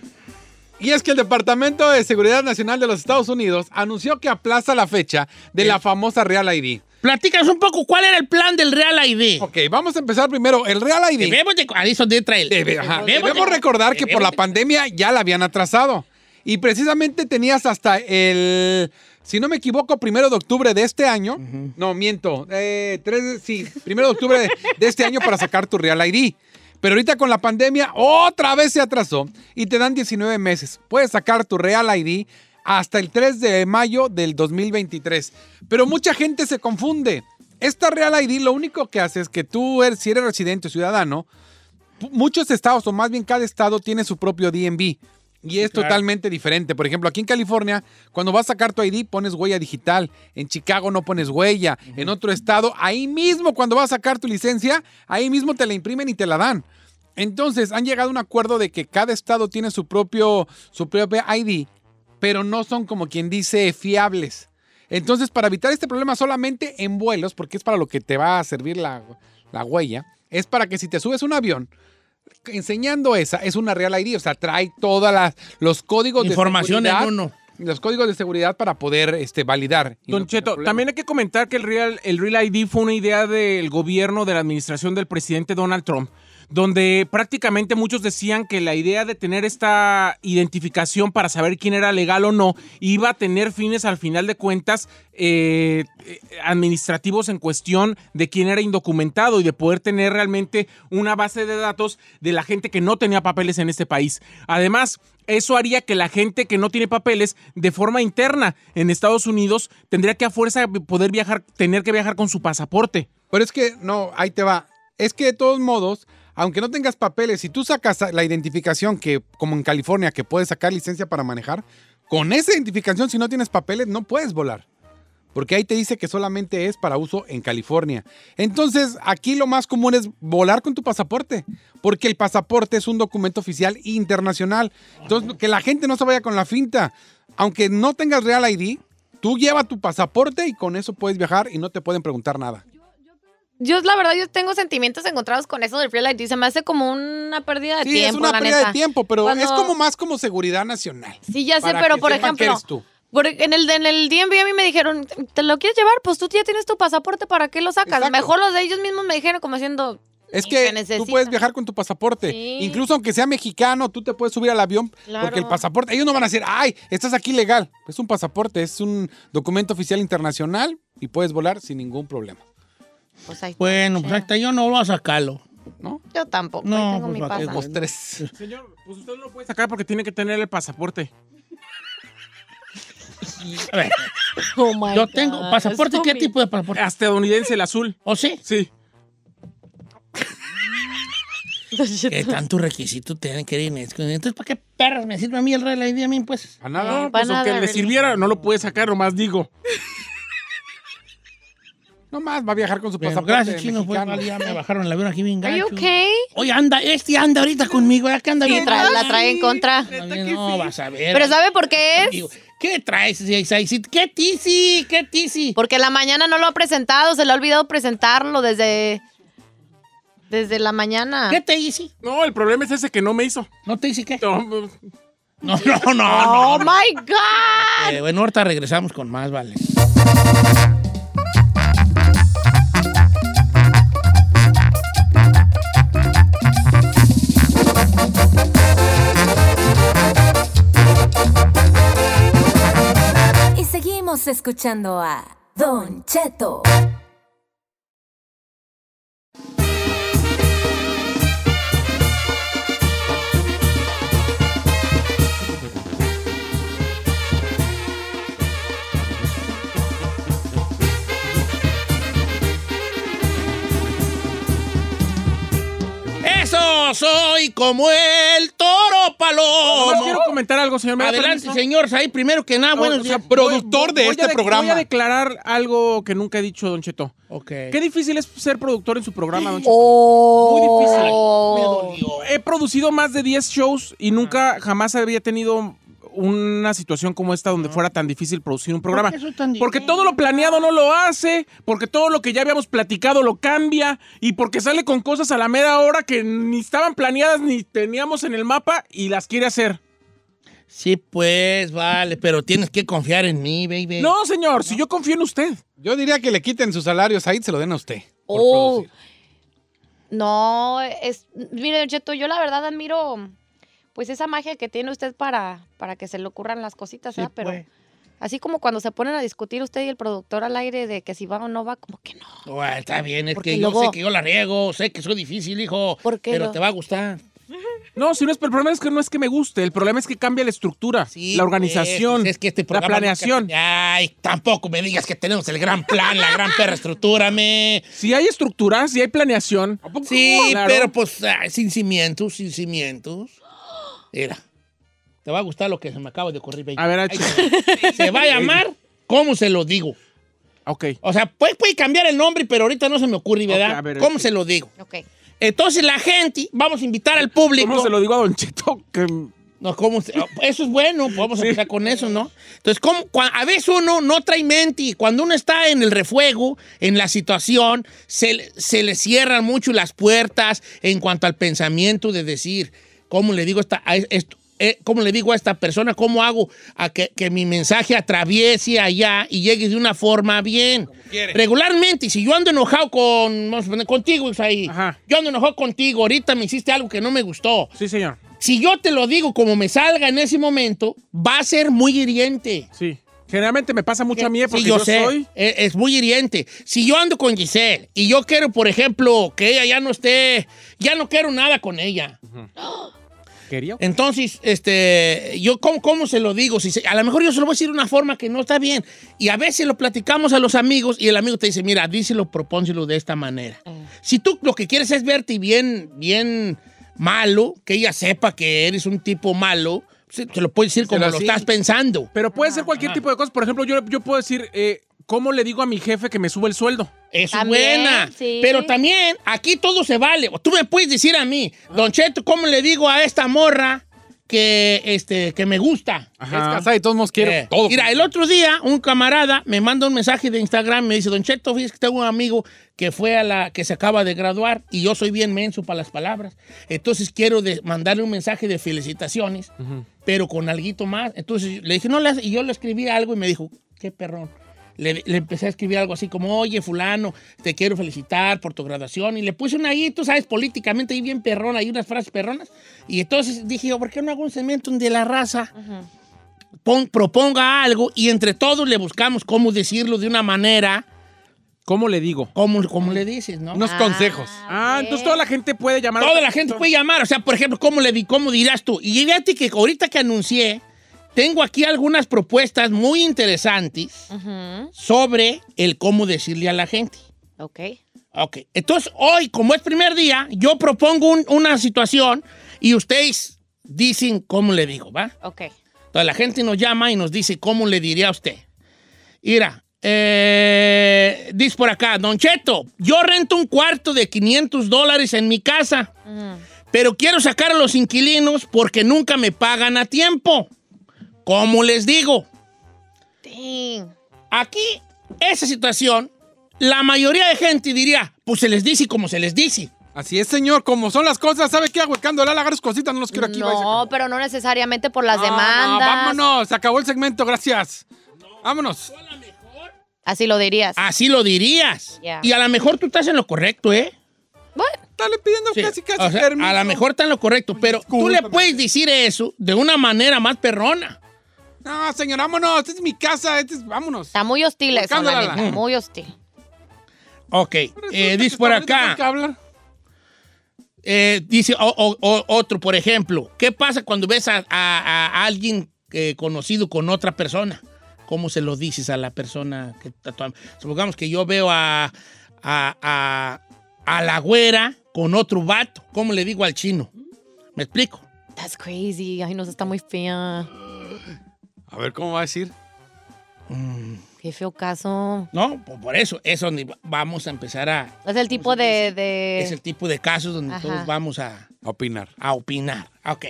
S2: Y es que el Departamento de Seguridad Nacional de los Estados Unidos anunció que aplaza la fecha de la famosa Real ID.
S1: Platícanos un poco cuál era el plan del Real ID.
S2: Ok, vamos a empezar primero. El Real ID.
S1: Debemos de... Ahí son de trail.
S2: Debe- ajá. Debemos recordar que por la pandemia ya la habían atrasado. Y precisamente tenías hasta el, si no me equivoco, primero de octubre de este año. No, miento. eh, tres de- sí, primero de octubre de, de este año para sacar tu Real ID. Pero ahorita con la pandemia otra vez se atrasó y te dan 19 meses. Puedes sacar tu Real ID hasta el 3 de mayo del 2023. Pero mucha gente se confunde. Esta Real ID lo único que hace es que tú, eres- si eres residente o ciudadano, pu- muchos estados, o más bien cada estado, tiene su propio DMV. Y es
S1: claro.
S2: totalmente diferente. Por ejemplo, aquí en California, cuando vas a sacar tu ID, pones huella digital. En Chicago no pones huella. En otro estado, ahí mismo, cuando vas a sacar tu licencia, ahí mismo te la imprimen y te la dan. Entonces, han llegado a un acuerdo de que cada estado tiene su propio, su propia ID, pero no son como quien dice fiables. Entonces, para evitar este problema solamente en vuelos, porque es para lo que te va a servir la, la huella, es para que si te subes a un avión, enseñando esa, es una Real ID, o sea, trae todas los códigos
S1: Información
S2: de
S1: en
S2: seguridad.
S1: uno.
S2: Los códigos de seguridad para poder este, validar. y no
S4: Don
S2: tener
S4: Cheto,
S2: problemas.
S4: también hay que comentar que el Real, el Real ID fue una idea del gobierno de la administración del presidente Donald Trump, donde prácticamente muchos decían que la idea de tener esta identificación para saber quién era legal o no iba a tener fines al final de cuentas eh, eh, administrativos en cuestión de quién era indocumentado y de poder tener realmente una base de datos de la gente que no tenía papeles en este país. Además, eso haría que la gente que no tiene papeles de forma interna en Estados Unidos tendría que a fuerza poder viajar, tener que viajar con su pasaporte.
S2: Pero es que, no, ahí te va. Es que de todos modos, aunque no tengas papeles, si tú sacas la identificación que, como en California, que puedes sacar licencia para manejar, con esa identificación, si no tienes papeles, no puedes volar. Porque ahí te dice que solamente es para uso en California. Entonces, aquí lo más común es volar con tu pasaporte, porque el pasaporte es un documento oficial internacional. Entonces, que la gente no se vaya con la finta. Aunque no tengas Real ID, tú lleva tu pasaporte y con eso puedes viajar y no te pueden preguntar nada.
S3: Yo, la verdad, yo tengo sentimientos encontrados con eso del Real ID. Se me hace como una pérdida de
S2: Sí,
S3: tiempo,
S2: es una
S3: la
S2: pérdida
S3: neta.
S2: de tiempo, pero
S3: Cuando-
S2: es como más como seguridad nacional.
S3: Sí, ya sé,
S2: Para
S3: pero
S2: que
S3: por
S2: sepan que
S3: ejemplo.
S2: eres tú.
S3: por- e, en, el, en el DMV a mí me dijeron, ¿te lo quieres llevar? Pues tú ya tienes tu pasaporte, ¿para qué lo sacas?
S2: Exacto.
S3: Mejor los de ellos mismos me dijeron como haciendo...
S2: Es
S3: "Ni
S2: que
S3: se
S2: tú
S3: necesita".
S2: puedes viajar con tu pasaporte.
S3: Sí.
S2: Incluso aunque sea mexicano, tú te puedes subir al avión
S3: Claro.
S2: porque el pasaporte, ellos no van a decir, ay, estás aquí legal. Es un pasaporte, es un documento oficial internacional y puedes volar sin ningún problema.
S3: Pues ahí está,
S1: Bueno, pues
S3: che.
S1: hasta yo no voy a sacarlo.
S3: Yo tampoco,
S1: No,
S3: ahí tengo
S1: pues,
S3: mi
S1: ¿para qué?
S3: pasa.
S2: Los tres.
S4: Señor, pues usted no lo puede sacar porque tiene que tener el pasaporte.
S1: A ver,
S3: Oh my
S1: yo
S3: God,
S1: tengo pasaporte.
S3: esto
S1: ¿Qué
S3: mi-
S1: tipo de pasaporte?
S4: Estadounidense, el azul.
S1: ¿O sí?
S4: Sí.
S1: ¿Qué tanto requisito tienen que ir en esto? Entonces, ¿para qué perras me sirve a mí el Real ID a mí, pues?
S2: A nada.
S4: Pues
S3: Van a
S4: aunque
S3: dar
S4: le
S3: el-
S4: sirviera, no lo puede sacar, nomás digo.
S2: Nomás va a viajar con su
S1: Bueno,
S2: pasaporte.
S1: gracias, chino. Pues,
S2: mexicano.
S1: vale, ya me bajaron el avión aquí bien
S3: ¿Are you
S1: gacho.
S3: okay?
S1: Oye, anda, este anda ahorita conmigo, ¿verdad? Que anda
S3: Y
S1: bien.
S3: tra- la trae en contra.
S1: Anda bien, No, vas a ver.
S3: Pero ¿sabe por qué es?
S1: Digo, ¿Qué traes, Isaisit? ¿Qué tizi? ¿Qué tizi?
S3: Porque la mañana no lo ha presentado, se le ha olvidado presentarlo desde... Desde la mañana.
S1: ¿Qué te hice?
S4: No, el problema es ese que no me hizo.
S1: ¿No te hice qué?
S4: No,
S1: No, no, no, no.
S3: ¡Oh, my God!
S1: Eh, bueno, ahorita regresamos con más, vale.
S7: Y seguimos escuchando a Don Cheto.
S1: Eso, soy como el toro. palomo.
S4: Nomás quiero comentar algo, señor. ¿me da
S1: Adelante,
S4: permiso?
S1: señor. Ahí primero que nada,
S4: Ah,
S1: buenos
S4: o sea,
S1: días.
S2: productor de
S4: a
S2: este
S4: dec-
S2: programa.
S4: Voy a declarar algo que nunca he dicho, Don Cheto.
S1: Ok.
S4: Qué difícil es ser productor en su programa, Don Cheto.
S3: Oh.
S4: Muy difícil.
S1: Me dolió.
S4: He producido más de 10 shows y nunca jamás había tenido una situación como esta donde fuera tan difícil producir un programa.
S1: ¿Por qué soy tan difícil?
S4: porque todo lo planeado no lo hace, porque todo lo que ya habíamos platicado lo cambia y porque sale con cosas a la mera hora que ni estaban planeadas ni teníamos en el mapa y las quiere hacer.
S1: Sí, pues, vale, pero tienes que confiar en mí, baby.
S4: No, señor, si yo confío en usted.
S2: Yo diría que le quiten sus salarios ahí y se lo den a usted. por
S3: Oh.
S2: producir.
S3: No, es. Mire, Don Cheto, yo la verdad admiro. Pues esa magia que tiene usted para, para que se le ocurran las cositas,
S1: Sí,
S3: ¿verdad? Pero
S1: pues.
S3: así como cuando se ponen a discutir usted y el productor al aire de que si va o no va, como que no.
S1: Bueno, está bien, es
S3: Porque
S1: que yo
S3: luego-
S1: sé que yo la riego, sé que soy difícil, hijo.
S3: ¿Por qué
S1: pero
S3: no?
S1: te va a gustar.
S4: No, si no es, el problema es que no es que me guste, el problema es que cambia la estructura,
S1: Sí,
S4: la organización,
S1: pues, es que este
S4: la
S1: programa
S4: planeación.
S1: nunca- Ay, tampoco me digas que tenemos el gran plan, la gran perra estructura, me.
S4: Si hay estructura, si hay planeación.
S1: Sí,
S4: Claro.
S1: pero pues ay, sin cimientos, sin cimientos. Mira, te va a gustar lo que se me acaba de ocurrir, baby.
S4: A ver,
S1: Ahí
S4: H.
S1: te va. se va a llamar, ¿cómo se lo digo?
S4: Ok.
S1: O sea, pues puede cambiar el nombre, pero ahorita no se me ocurre, ¿verdad?
S4: Ok, a ver, este.
S1: ¿Cómo
S4: ok.
S1: se lo digo?
S3: Ok.
S1: Entonces la gente, vamos a invitar al público.
S4: ¿Cómo se lo digo a Don Cheto? Que...
S1: No, ¿cómo se- Ah, Eso es bueno, podemos empezar con eso, ¿no? Entonces, ¿cómo? Cua- a veces uno no trae mente y cuando uno está en el refuego, en la situación, se, le- se le cierran mucho las puertas en cuanto al pensamiento de decir, ¿cómo le digo esta, a es- esto? Eh, ¿Cómo le digo a esta persona? ¿Cómo hago a que, que mi mensaje atraviese allá y llegue de una forma bien? Regularmente, si yo ando enojado con, vamos a poner, contigo, Isaí,
S4: Ajá.
S1: yo ando enojado contigo, ahorita me hiciste algo que no me gustó.
S4: Sí, señor.
S1: Si yo te lo digo como me salga en ese momento, va a ser muy hiriente.
S4: Sí. Generalmente me pasa mucho a mí ¿eh? porque
S1: Sí,
S4: yo,
S1: yo, sé,
S4: soy.
S1: es, es muy hiriente. Si yo ando con Giselle y yo quiero, por ejemplo, que ella ya no esté, ya no quiero nada con ella.
S4: Quería.
S1: Eh, Entonces, este, yo ¿cómo, cómo se lo digo? Si se- a lo mejor yo se lo voy a decir de una forma que no está bien. Y a veces lo platicamos a los amigos y el amigo te dice, mira, díselo, propónselo de esta manera. Si tú lo que quieres es verte bien, bien malo, que ella sepa que eres un tipo malo, se- te lo puedes decir como
S2: Díselo
S1: lo
S2: así.
S1: estás pensando.
S4: Pero puede ser cualquier tipo de cosas. Por ejemplo, yo, yo puedo decir, eh, ¿cómo le digo a mi jefe que me sube el sueldo?
S1: Es
S3: También,
S1: buena.
S3: sí.
S1: Pero también aquí todo se vale. Tú me puedes decir a mí, Don Cheto, ¿cómo le digo a esta morra que, este, que me gusta?
S2: Es casada y todos nos quiero
S1: Eh,
S2: todo.
S1: Mira, el otro día un camarada me manda un mensaje de Instagram, me dice, Don Cheto, fíjese que tengo un amigo que fue a la que se acaba de graduar y yo soy bien menso para las palabras. Entonces quiero de- mandarle un mensaje de felicitaciones, pero con alguito más. Entonces le dije, no, le hace- y yo le escribí algo y me dijo, qué perrón. Le, le empecé a escribir algo así como, oye, fulano, te quiero felicitar por tu graduación. Y le puse una ahí, tú sabes, políticamente ahí bien perrona, hay unas frases perronas. Y entonces dije, yo, ¿por qué no hago un segmento de la raza? pon- proponga algo y entre todos le buscamos cómo decirlo de una manera,
S4: ¿Cómo le digo?
S1: como, como le dices, ¿no?
S2: Unos consejos.
S4: Ah,
S3: ok.
S4: entonces toda la gente puede llamar. a-
S1: Toda la gente puede llamar, o sea, por ejemplo, ¿cómo, le, di- cómo dirás tú? Y fíjate que ahorita que anuncié, tengo aquí algunas propuestas muy interesantes
S3: Ujú,
S1: sobre el cómo decirle a la gente.
S3: Ok.
S1: Ok, entonces hoy, como es primer día, yo propongo un- una situación y ustedes dicen cómo le digo, ¿va?
S3: Ok.
S1: Entonces la gente nos llama y nos dice cómo le diría a usted. Mira, eh, dice por acá, Don Cheto, yo rento un cuarto de 500 dólares en mi casa,
S3: Ujú.
S1: pero quiero sacar a los inquilinos porque nunca me pagan a tiempo. ¿Cómo les digo?
S3: Dang.
S1: Aquí, esa situación, la mayoría de gente diría, pues se les dice como se les dice.
S2: Así es, señor. Como son las cosas, ¿sabe qué? Ahuecando la agarra sus cositas, no los quiero aquí. vaya, se acabó.
S3: No, pero no necesariamente por
S4: Ah,
S3: las
S2: Ah, No, no,
S3: demandas.
S2: vámonos, se acabó el segmento, gracias. Vámonos.
S3: Así lo dirías.
S1: Así lo dirías.
S3: Ya.
S1: Y a lo mejor tú estás en lo correcto, ¿eh?
S3: Bueno,
S2: Dale pidiendo
S1: Sí,
S2: casi, casi
S1: o sea,
S2: permiso.
S1: a lo mejor está en lo correcto, pero tú le
S2: discúlpame.
S1: puedes decir eso de una manera más perrona.
S2: No, señor, vámonos. Esta es mi casa, este es- vámonos.
S3: está muy hostil eso, la
S2: Buscándola.
S3: neta, Muy hostil.
S1: Ok, eh, dice por
S2: Que
S1: acá,
S2: hablar.
S1: eh, dice o- o- o- otro, por ejemplo, ¿qué pasa cuando ves a, a- a alguien eh, conocido con otra persona? ¿Cómo se lo dices a la persona que está tu am- Supongamos que yo veo a, a, a- a la güera con otro vato, ¿cómo le digo al chino? ¿Me explico?
S3: That's crazy. Ay, no, esa está muy fea.
S2: A ver, ¿cómo va a decir?
S3: Qué feo caso.
S1: No, pues por eso, es donde va- vamos a empezar a...
S3: Es el tipo de... de-
S1: Es el tipo de casos donde
S3: Ajá.
S1: todos vamos a,
S2: A opinar.
S1: a opinar. Ok.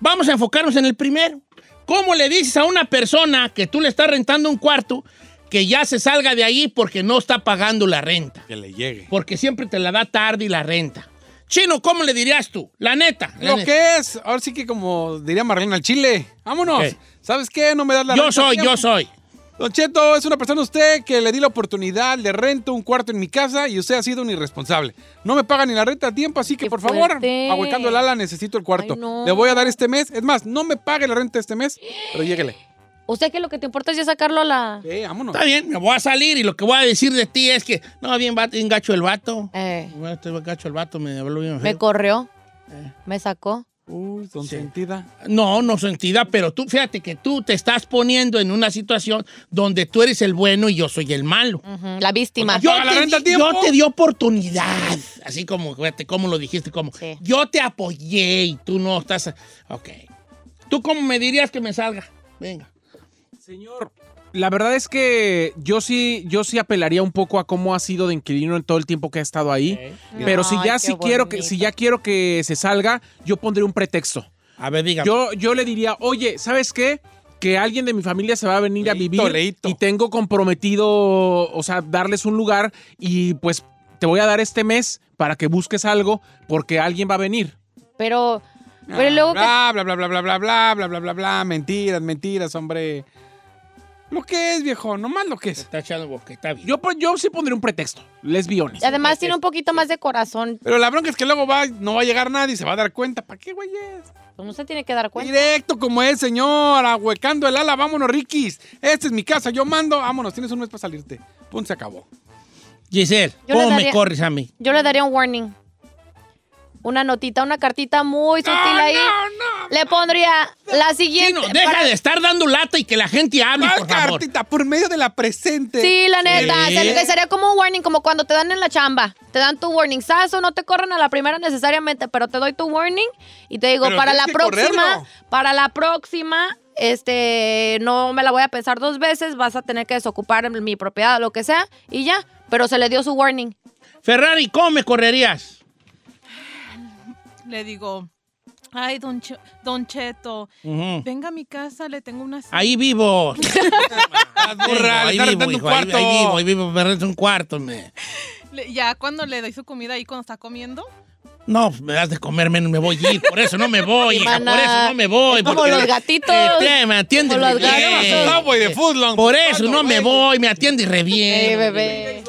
S1: Vamos a enfocarnos en el primero. ¿Cómo le dices a una persona que tú le estás rentando un cuarto que ya se salga de ahí porque no está pagando la renta?
S2: Que le llegue.
S1: Porque siempre te la da tarde y la renta. Chino, ¿cómo le dirías tú? La neta. la
S2: Lo
S1: neta.
S2: que es, ahora sí que como diría Marlene al chile, vámonos.
S1: Ok.
S2: ¿Sabes qué? No me das la
S1: Yo
S2: renta a
S1: soy,
S2: tiempo.
S1: yo soy.
S2: Don Cheto, es una persona usted que le di la oportunidad, le rento un cuarto en mi casa y usted ha sido un irresponsable. No me paga ni la renta a tiempo, así que
S3: ¡Qué
S2: por favor,
S3: fuerte!
S2: aguantando el ala, necesito el cuarto.
S3: Ay, no.
S2: Le voy a dar este mes. Es más, no me pague la renta este mes, pero lléguele.
S3: O sea que lo que te importa es ya sacarlo a la...
S2: Sí, vámonos.
S1: Está bien, me voy a salir y lo que voy a decir de ti es que, no, bien, va- bien gacho el vato.
S3: Eh,
S1: Bueno, este gacho el vato me habló bien.
S3: me
S1: feo.
S3: corrió. Me sacó.
S2: Uy, son
S1: Sí.
S2: sentida.
S1: No, no sentida, pero tú fíjate que tú te estás poniendo en una situación donde tú eres el bueno y yo soy el malo.
S3: Ujú, La víctima.
S1: Yo
S2: Paga la
S1: te,
S2: renta
S1: di,
S2: a tiempo.
S1: yo te di oportunidad. Así como, fíjate, como lo dijiste, como
S3: Sí.
S1: yo te apoyé y tú no estás. Ok. ¿Tú cómo me dirías que me salga? Venga.
S4: Señor, la verdad es que yo sí, yo sí apelaría un poco a cómo ha sido de inquilino en todo el tiempo que ha estado ahí. Pero si
S3: Ay,
S4: ya
S3: qué
S4: sí quiero que,
S3: bonito.
S4: si ya quiero que se salga, yo pondré un pretexto.
S1: A ver, dígame.
S4: Yo, yo le diría, oye, ¿sabes qué? Que alguien de mi familia se va a venir a
S2: Leíto,
S4: vivir
S2: leíto.
S4: y tengo comprometido, o sea, darles un lugar y pues te voy a dar este mes para que busques algo porque alguien va a venir.
S3: Pero... Pero luego que
S2: Ah, Bla, bla, bla, bla, bla, bla, bla, bla, bla, bla, bla. Mentiras, mentiras, hombre. Lo que es, viejo, nomás lo que es.
S1: Está echando boca, está bien.
S4: Yo, pues, yo sí pondré un pretexto, lesbiones.
S3: Y Además tiene un poquito más de corazón.
S2: Pero la bronca es que luego va, no va a llegar nadie, se va a dar cuenta. ¿Para qué, güey? es?
S3: Uno pues se tiene que dar cuenta.
S2: Directo como es, señor. Ahuecando el ala. Vámonos, Rikis. Esta es mi casa. Yo mando. Vámonos. Tienes un mes para salirte. Pum, se acabó.
S1: Giselle,
S3: Yo le
S1: ¿cómo me
S3: daría-
S1: corres a mí?
S3: Yo le daría un warning. Una notita, una cartita muy sutil ahí.
S2: Ah, no,
S3: Le pondría la siguiente.
S1: Chino, deja
S3: para-
S1: de estar dando lata y que la gente hable,
S2: ¿Cuál
S1: por favor.
S2: cartita? Por medio de la presente.
S3: Sí, la neta.
S1: Sí.
S3: se- que sería como un warning, como cuando te dan en la chamba. Te dan tu warning. Sazo, no te corren a la primera necesariamente, pero te doy tu warning y te digo,
S2: Pero
S3: para la
S2: tienes que
S3: próxima,
S2: correrlo.
S3: para la próxima, este, no me la voy a pensar dos veces, vas a tener que desocupar mi propiedad, lo que sea, y ya. Pero se le dio su warning.
S1: Ferrari, ¿cómo me correrías?
S8: Le digo, ay, don, Che- don Cheto,
S1: Ujú.
S8: venga a mi casa, le tengo una...
S1: Mm. Ahí vivo.
S2: burra, le
S1: ahí vivo,
S2: está rentando un
S1: hijo, ahí,
S2: cuarto.
S1: ahí vivo, ahí vivo, me renta un cuarto, me.
S8: Le- ya cuando le doy su comida ahí cuando está comiendo.
S1: No, pues, me das de comer menos, me voy a ir. Por eso no me voy, hija,
S3: Mana,
S1: por eso no me voy.
S3: es como
S1: porque-
S3: los gatitos.
S1: Eh, te- me atiendes
S3: Como los
S1: re bien.
S3: gatos.
S2: Eh, Subway de Footlong.
S1: Por eso no me
S2: Güey.
S1: voy, me atiendes re bien.
S3: Eh, bebé.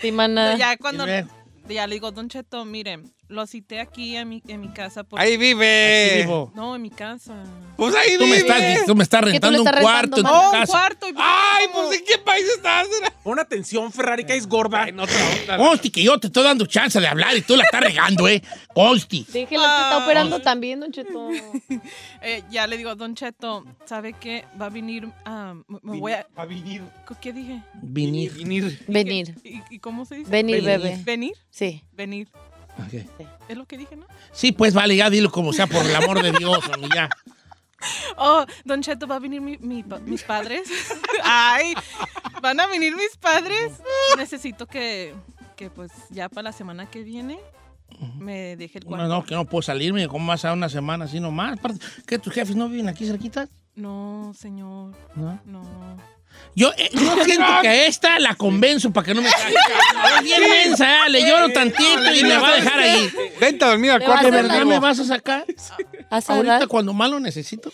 S3: Sí, mana.
S8: Ya cuando...
S1: Y ver.
S8: Ya le digo, don Cheto, mire, lo cité aquí en mi, en mi casa. Porque,
S2: Ahí
S1: Aquí
S2: vive.
S1: vivo.
S8: No, en mi casa.
S2: Pues ahí
S1: Tú
S2: vive.
S1: me estás, tú me estás
S3: le
S1: rentando un
S3: estás
S1: cuarto
S3: rentando,
S1: en tu
S8: Oh, un
S1: casa.
S8: cuarto. y-
S2: Ay, pues ¿en qué país estás?
S4: Pon atención, Ferrari, que es gorda.
S1: Consti, que yo te estoy dando chance de hablar y tú la estás regando, ¿eh? Consti.
S3: Déjelo, que está operando también, don Cheto.
S8: Eh, ya le digo, don Cheto, ¿sabe qué? Va a venir... ah, me- me voy a...
S2: A venir.
S8: ¿Qué dije?
S1: Vinir.
S3: Venir.
S8: ¿Y, y cómo se dice?
S3: Venir,
S1: Venir.
S3: bebé.
S8: Venir,
S3: Sí.
S8: venir.
S1: Ok.
S8: Es lo que dije, ¿no?
S1: Sí, pues vale, ya dilo como sea, por el amor de Dios, hombre, ya.
S8: Oh, Don Cheto, va a venir mi- mi pa- mis padres. Ay, van a venir mis padres. Necesito que, que pues ya para la semana que viene me deje el
S1: No,
S8: cuarto.
S1: no, que no puedo salirme, ¿cómo vas a una semana así nomás? Aparte, ¿Qué, tus jefes no viven aquí cerquita?
S8: No, señor,
S1: No.
S8: no.
S1: Yo, eh, yo siento que a esta la convenzo para que no me cague. Es bien mensa, ¿eh? le lloro tantito y me va a dejar ahí.
S2: Vente a dormir al
S3: Me
S2: cuarto.
S1: ¿De
S3: vas a
S1: verdad
S3: Digo.
S1: me vas a sacar?
S3: ¿A esa
S1: Ahorita
S3: edad?
S1: cuando más lo necesito.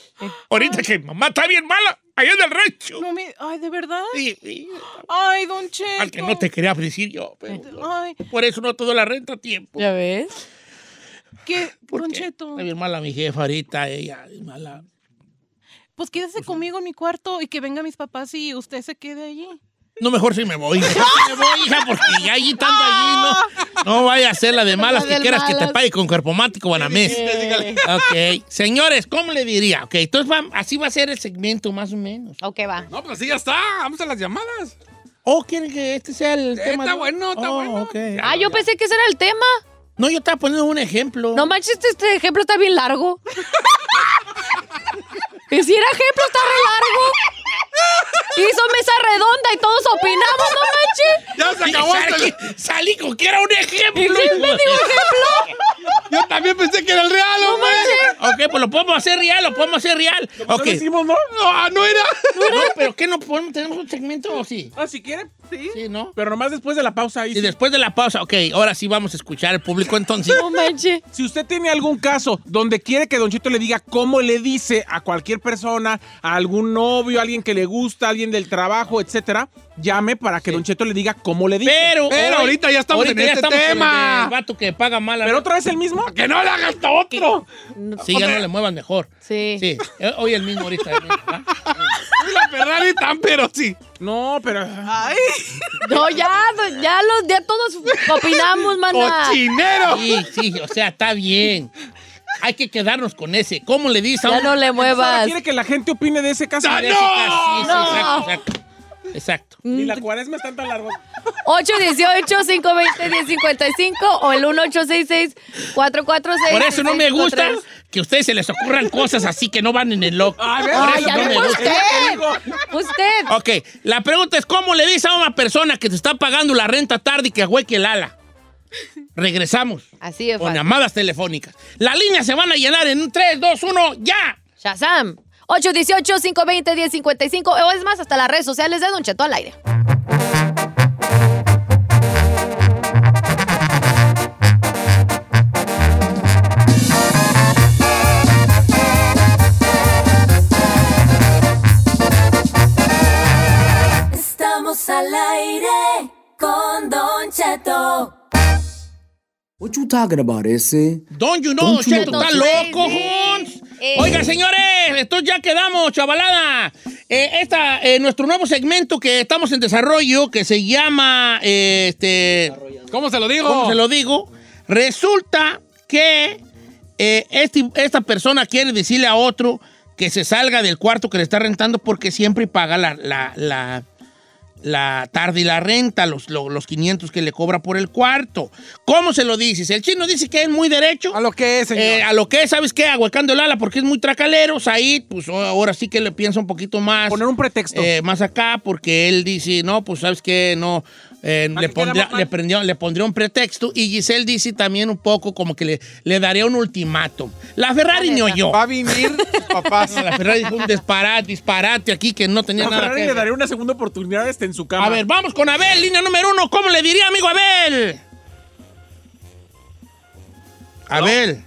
S1: Ahorita que mamá está bien mala, allá en el rancho.
S8: No me, ay, ¿de verdad?
S1: Sí, sí.
S8: Ay, Don Cheto. Pues,
S1: Al que no te quería decir yo. pero
S8: Ay,
S1: por eso no te doy la renta a tiempo.
S3: ¿Ya ves?
S8: ¿qué?
S1: ¿Por
S8: Don
S1: qué?
S8: Cheto,
S1: Está bien mala mi jefa ahorita, ella. bien Mala.
S8: pues quédese conmigo en mi cuarto y que vengan mis papás y usted se quede allí.
S1: No, mejor si me voy. Mejor si me voy, hija, porque ya allí estando allí, no. No vaya a ser la de malas que
S3: del
S1: quieras que te
S3: malas.
S1: pague con cuerpo mático guanamés.
S2: Dígale.
S1: Ok. Señores, ¿cómo le diría? Ok, entonces va- así va a ser el segmento, más o menos.
S3: Ok, va.
S2: No, pues así ya está. Vamos a las llamadas.
S1: ¿O quieren que este sea el
S2: Eh,
S1: tema?
S2: está
S1: de-
S2: bueno, está
S1: Oh,
S2: bueno.
S1: ok.
S3: Ah, yo pensé que ese era el tema.
S1: No, yo estaba poniendo un ejemplo.
S3: No manches, este- este ejemplo está bien largo. y si era ejemplo, está re largo. Hizo mesa redonda y todos opinamos, no manches.
S2: ¡Ya se acabó!
S1: Salí-
S2: hasta-
S1: Salí con que era un
S3: ¿Y
S1: ejemplo.
S3: si me digo ejemplo?
S2: Yo también pensé que era el real, hombre.
S1: Ok, pues lo podemos hacer real, lo podemos hacer real. Ok.
S4: hicimos, ¿no?
S2: No, no era.
S1: No, pero ¿qué no podemos? ¿Tenemos un segmento o sí?
S4: Ah, si quiere, sí.
S1: Sí, ¿no?
S4: Pero nomás después de la pausa ahí.
S1: Y
S4: sí.
S1: después de la pausa, ok, ahora sí vamos a escuchar al público entonces.
S3: No manches.
S4: Si usted tiene algún caso donde quiere que Don Cheto le diga cómo le dice a cualquier persona, a algún novio, a alguien que le gusta, a alguien del trabajo, etcétera, llame para que Don Cheto le diga cómo le dice.
S1: Pero,
S2: Pero
S1: hoy-
S2: ahorita ya estamos en
S1: ya
S2: este
S1: estamos con
S2: tema.
S1: El vato que paga mal.
S4: Pero otra vez el mismo.
S2: ¡Que no le hagas otro!
S1: Sí, ya no le muevan mejor.
S3: Sí.
S1: Sí, eh, hoy el mismo ahorita. el mismo, ¿ah?
S2: La Ferrari tan, pero sí.
S4: No, pero. ah,
S8: Ay,
S3: No, ya, ya los, ya todos opinamos, mana.
S2: ¡Cochinero!
S1: Sí, sí, o sea, está bien. Hay que quedarnos con ese. ¿Cómo le dices a
S3: Ya
S1: un...
S3: no le
S4: Ahora
S3: muevas.
S4: quiere que la gente opine de ese caso.
S2: ¡Ah,
S1: Sí,
S2: no!
S1: sí, sí,
S3: No.
S1: exacto, exacto. Exacto.
S4: Ni la cuaresma es tan tan larga.
S3: 818-520-1055 o el 1866-446.
S1: Por eso no me gusta que a ustedes se les ocurran cosas así que no van en el loco. Por eso
S3: ya
S1: no
S3: me
S1: me
S3: fue
S1: gusta.
S3: usted. Usted.
S1: Ok, la pregunta es: ¿cómo le dices a una persona que te está pagando la renta tarde y que hueque el ala? Regresamos
S3: Así de
S1: con
S3: fácil.
S1: llamadas telefónicas. Las líneas se van a llenar en 3, 2, 1, ¡ya!
S3: Shazam. 818-520-1055 o es más, hasta las redes sociales de Don Cheto al aire.
S7: Estamos al aire con Don Cheto.
S9: What you talking about, ese?
S1: Don you know,
S9: Don't you
S1: Cheto,
S3: know.
S1: está loco, Jones.
S3: Eh.
S1: Oiga, señores, esto ya quedamos, chavalada. Eh, esta, eh, nuestro nuevo segmento que estamos en desarrollo, que se llama, eh, este,
S2: ¿Cómo se lo digo?
S1: ¿cómo se lo digo? Resulta que eh, este- esta persona quiere decirle a otro que se salga del cuarto que le está rentando porque siempre paga la, la, la- la tarde y la renta, los, lo- los 500 que le cobra por el cuarto. ¿Cómo se lo dices? El chino dice que es muy derecho.
S2: A lo que es, señor.
S1: Eh, a lo que es, ¿sabes qué? Ahuecando el ala porque es muy tracalero. Said, pues o- ahora sí que le piensa un poquito más.
S4: Poner un pretexto.
S1: eh, más acá porque él dice, no, pues sabes qué, no. eh,
S4: ¿A
S1: le,
S4: que
S1: pondría,
S4: quedamos mal?
S1: le, prendió- le pondría un pretexto y Giselle dice también un poco como que le, le daría un ultimátum. La Ferrari ni oyó.
S4: Ah.
S2: Va a venir sus papás.
S1: No, La Ferrari dijo un disparate, disparate aquí que no tenía
S4: A
S1: nada
S4: Ferrari
S1: que
S4: le
S1: ver.
S4: daré una segunda oportunidad este en su cama.
S1: A ver, vamos con Abel, línea número uno. ¿Cómo le diría, amigo Abel? Abel,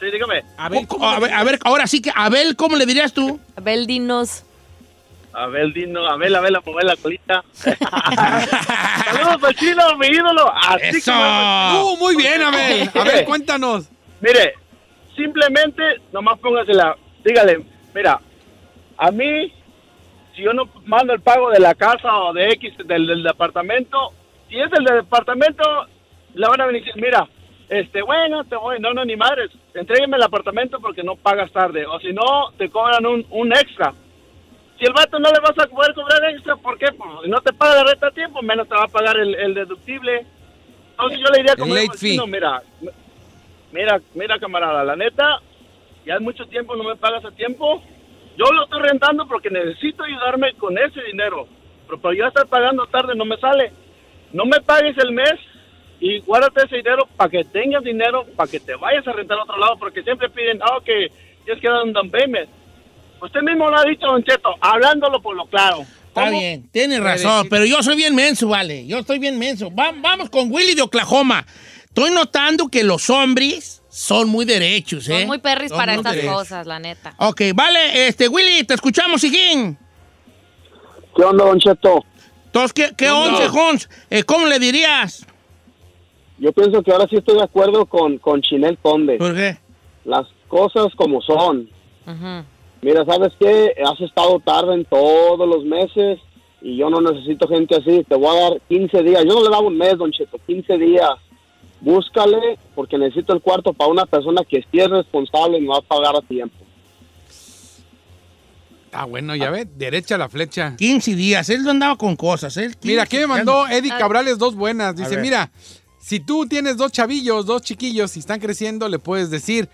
S10: Sí, dígame.
S4: a ver, ¿cómo
S1: oh, a ver, a ver, ahora sí que Abel, ¿cómo le dirías tú?
S3: Abel, dinos.
S10: Abel, Dino, Abel, Abel, a mover la colita. Saludos al chino, mi ídolo. Así
S1: Eso.
S10: que me-
S2: Uh, muy bien, Abel. A ver, cuéntanos.
S10: Mire, simplemente, nomás póngasela. Dígale, mira, a mí, si yo no mando el pago de la casa o de X del, del departamento, si es del departamento, le van a venir y decir, mira, este, bueno, te voy, no, no, ni madres, entrégueme el apartamento porque no pagas tarde, o si no, te cobran un, un extra. Si el vato no le vas a poder cobrar extra, ¿por qué? Pues, si no te paga la renta a tiempo, menos te va a pagar el, el deductible. Entonces yo le diría
S2: El
S10: como
S2: late fee.
S10: no, mira, mira, mira camarada, la neta, ya es mucho tiempo, no me pagas a tiempo. Yo lo estoy rentando porque necesito ayudarme con ese dinero. Pero para yo estar pagando tarde no me sale. No me pagues el mes y guárdate ese dinero para que tengas dinero, para que te vayas a rentar a otro lado, porque siempre piden, ah, que tienes que dar un down payment. Usted mismo lo ha dicho, Don Cheto, hablándolo por lo claro.
S1: Está
S10: ¿Cómo?
S1: bien, tienes razón, pero yo soy bien menso, vale. Yo estoy bien menso. Va- vamos con Willy de Oklahoma. Estoy notando que los hombres son muy derechos, ¿eh?
S3: Son muy perris
S1: Son
S3: para
S1: muy
S3: estas
S1: derechos.
S3: cosas, la neta.
S1: Ok, vale, este, Willy, te escuchamos, Sijín.
S5: ¿Qué onda, Don Cheto?
S1: Entonces, ¿qué, qué once, Jones? Eh, ¿Cómo le dirías?
S5: Yo pienso que ahora sí estoy de acuerdo con, con Chinel Conde.
S1: ¿Por qué?
S5: Las cosas como son.
S3: Ujú.
S5: Mira, ¿sabes qué? Has estado tarde en todos los meses y yo no necesito gente así. Te voy a dar 15 días. Yo no le daba un mes, Don Cheto, 15 días. Búscale porque necesito el cuarto para una persona que sí es responsable y me va a pagar a tiempo.
S2: Está Ah, bueno,
S4: Ah.
S2: ya ve. Derecha la flecha.
S1: 15 días, él no andaba con cosas. Él
S2: Mira, aquí me mandó Eddie
S3: A ver.
S2: Cabrales dos buenas.
S1: A
S2: Dice,
S1: ver.
S2: mira, Si tú tienes dos chavillos, dos chiquillos y están creciendo, le puedes decir,